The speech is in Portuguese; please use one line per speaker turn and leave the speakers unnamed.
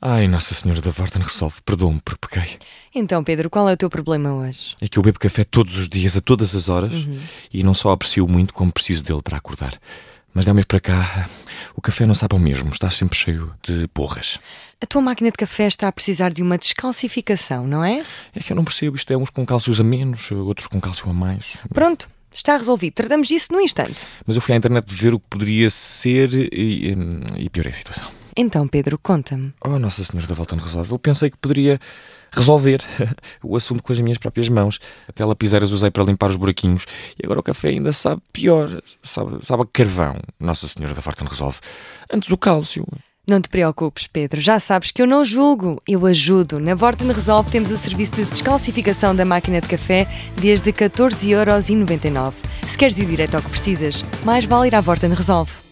Ai, Nossa Senhora da Varden, resolve. Perdoa-me porque peguei.
Então, Pedro, qual é o teu problema hoje?
É que eu bebo café todos os dias, a todas as horas, e não só aprecio muito, como preciso dele para acordar. Mas dá-me para cá. O café não sabe ao mesmo, está sempre cheio de borras.
A tua máquina de café está a precisar de uma descalcificação, não é?
É que eu não percebo, isto é uns com cálcios a menos, outros com cálcio a mais.
Pronto, está resolvido. Tratamos disso no instante.
Mas eu fui à internet ver o que poderia ser e, hum, e piorei a situação.
Então, Pedro, conta-me.
Oh, Nossa Senhora da Volta não resolve. Eu pensei que poderia resolver o assunto com as minhas próprias mãos. Até lapiseiras usei para limpar os buraquinhos. E agora o café ainda sabe pior. Sabe, sabe a carvão. Nossa Senhora da Volta não resolve. Antes o cálcio.
Não te preocupes, Pedro. Já sabes que eu não julgo, eu ajudo. Na Vorten Resolve temos o serviço de descalcificação da máquina de café desde 14,99€. Se queres ir direto ao que precisas, mais vale ir à Vorten Resolve.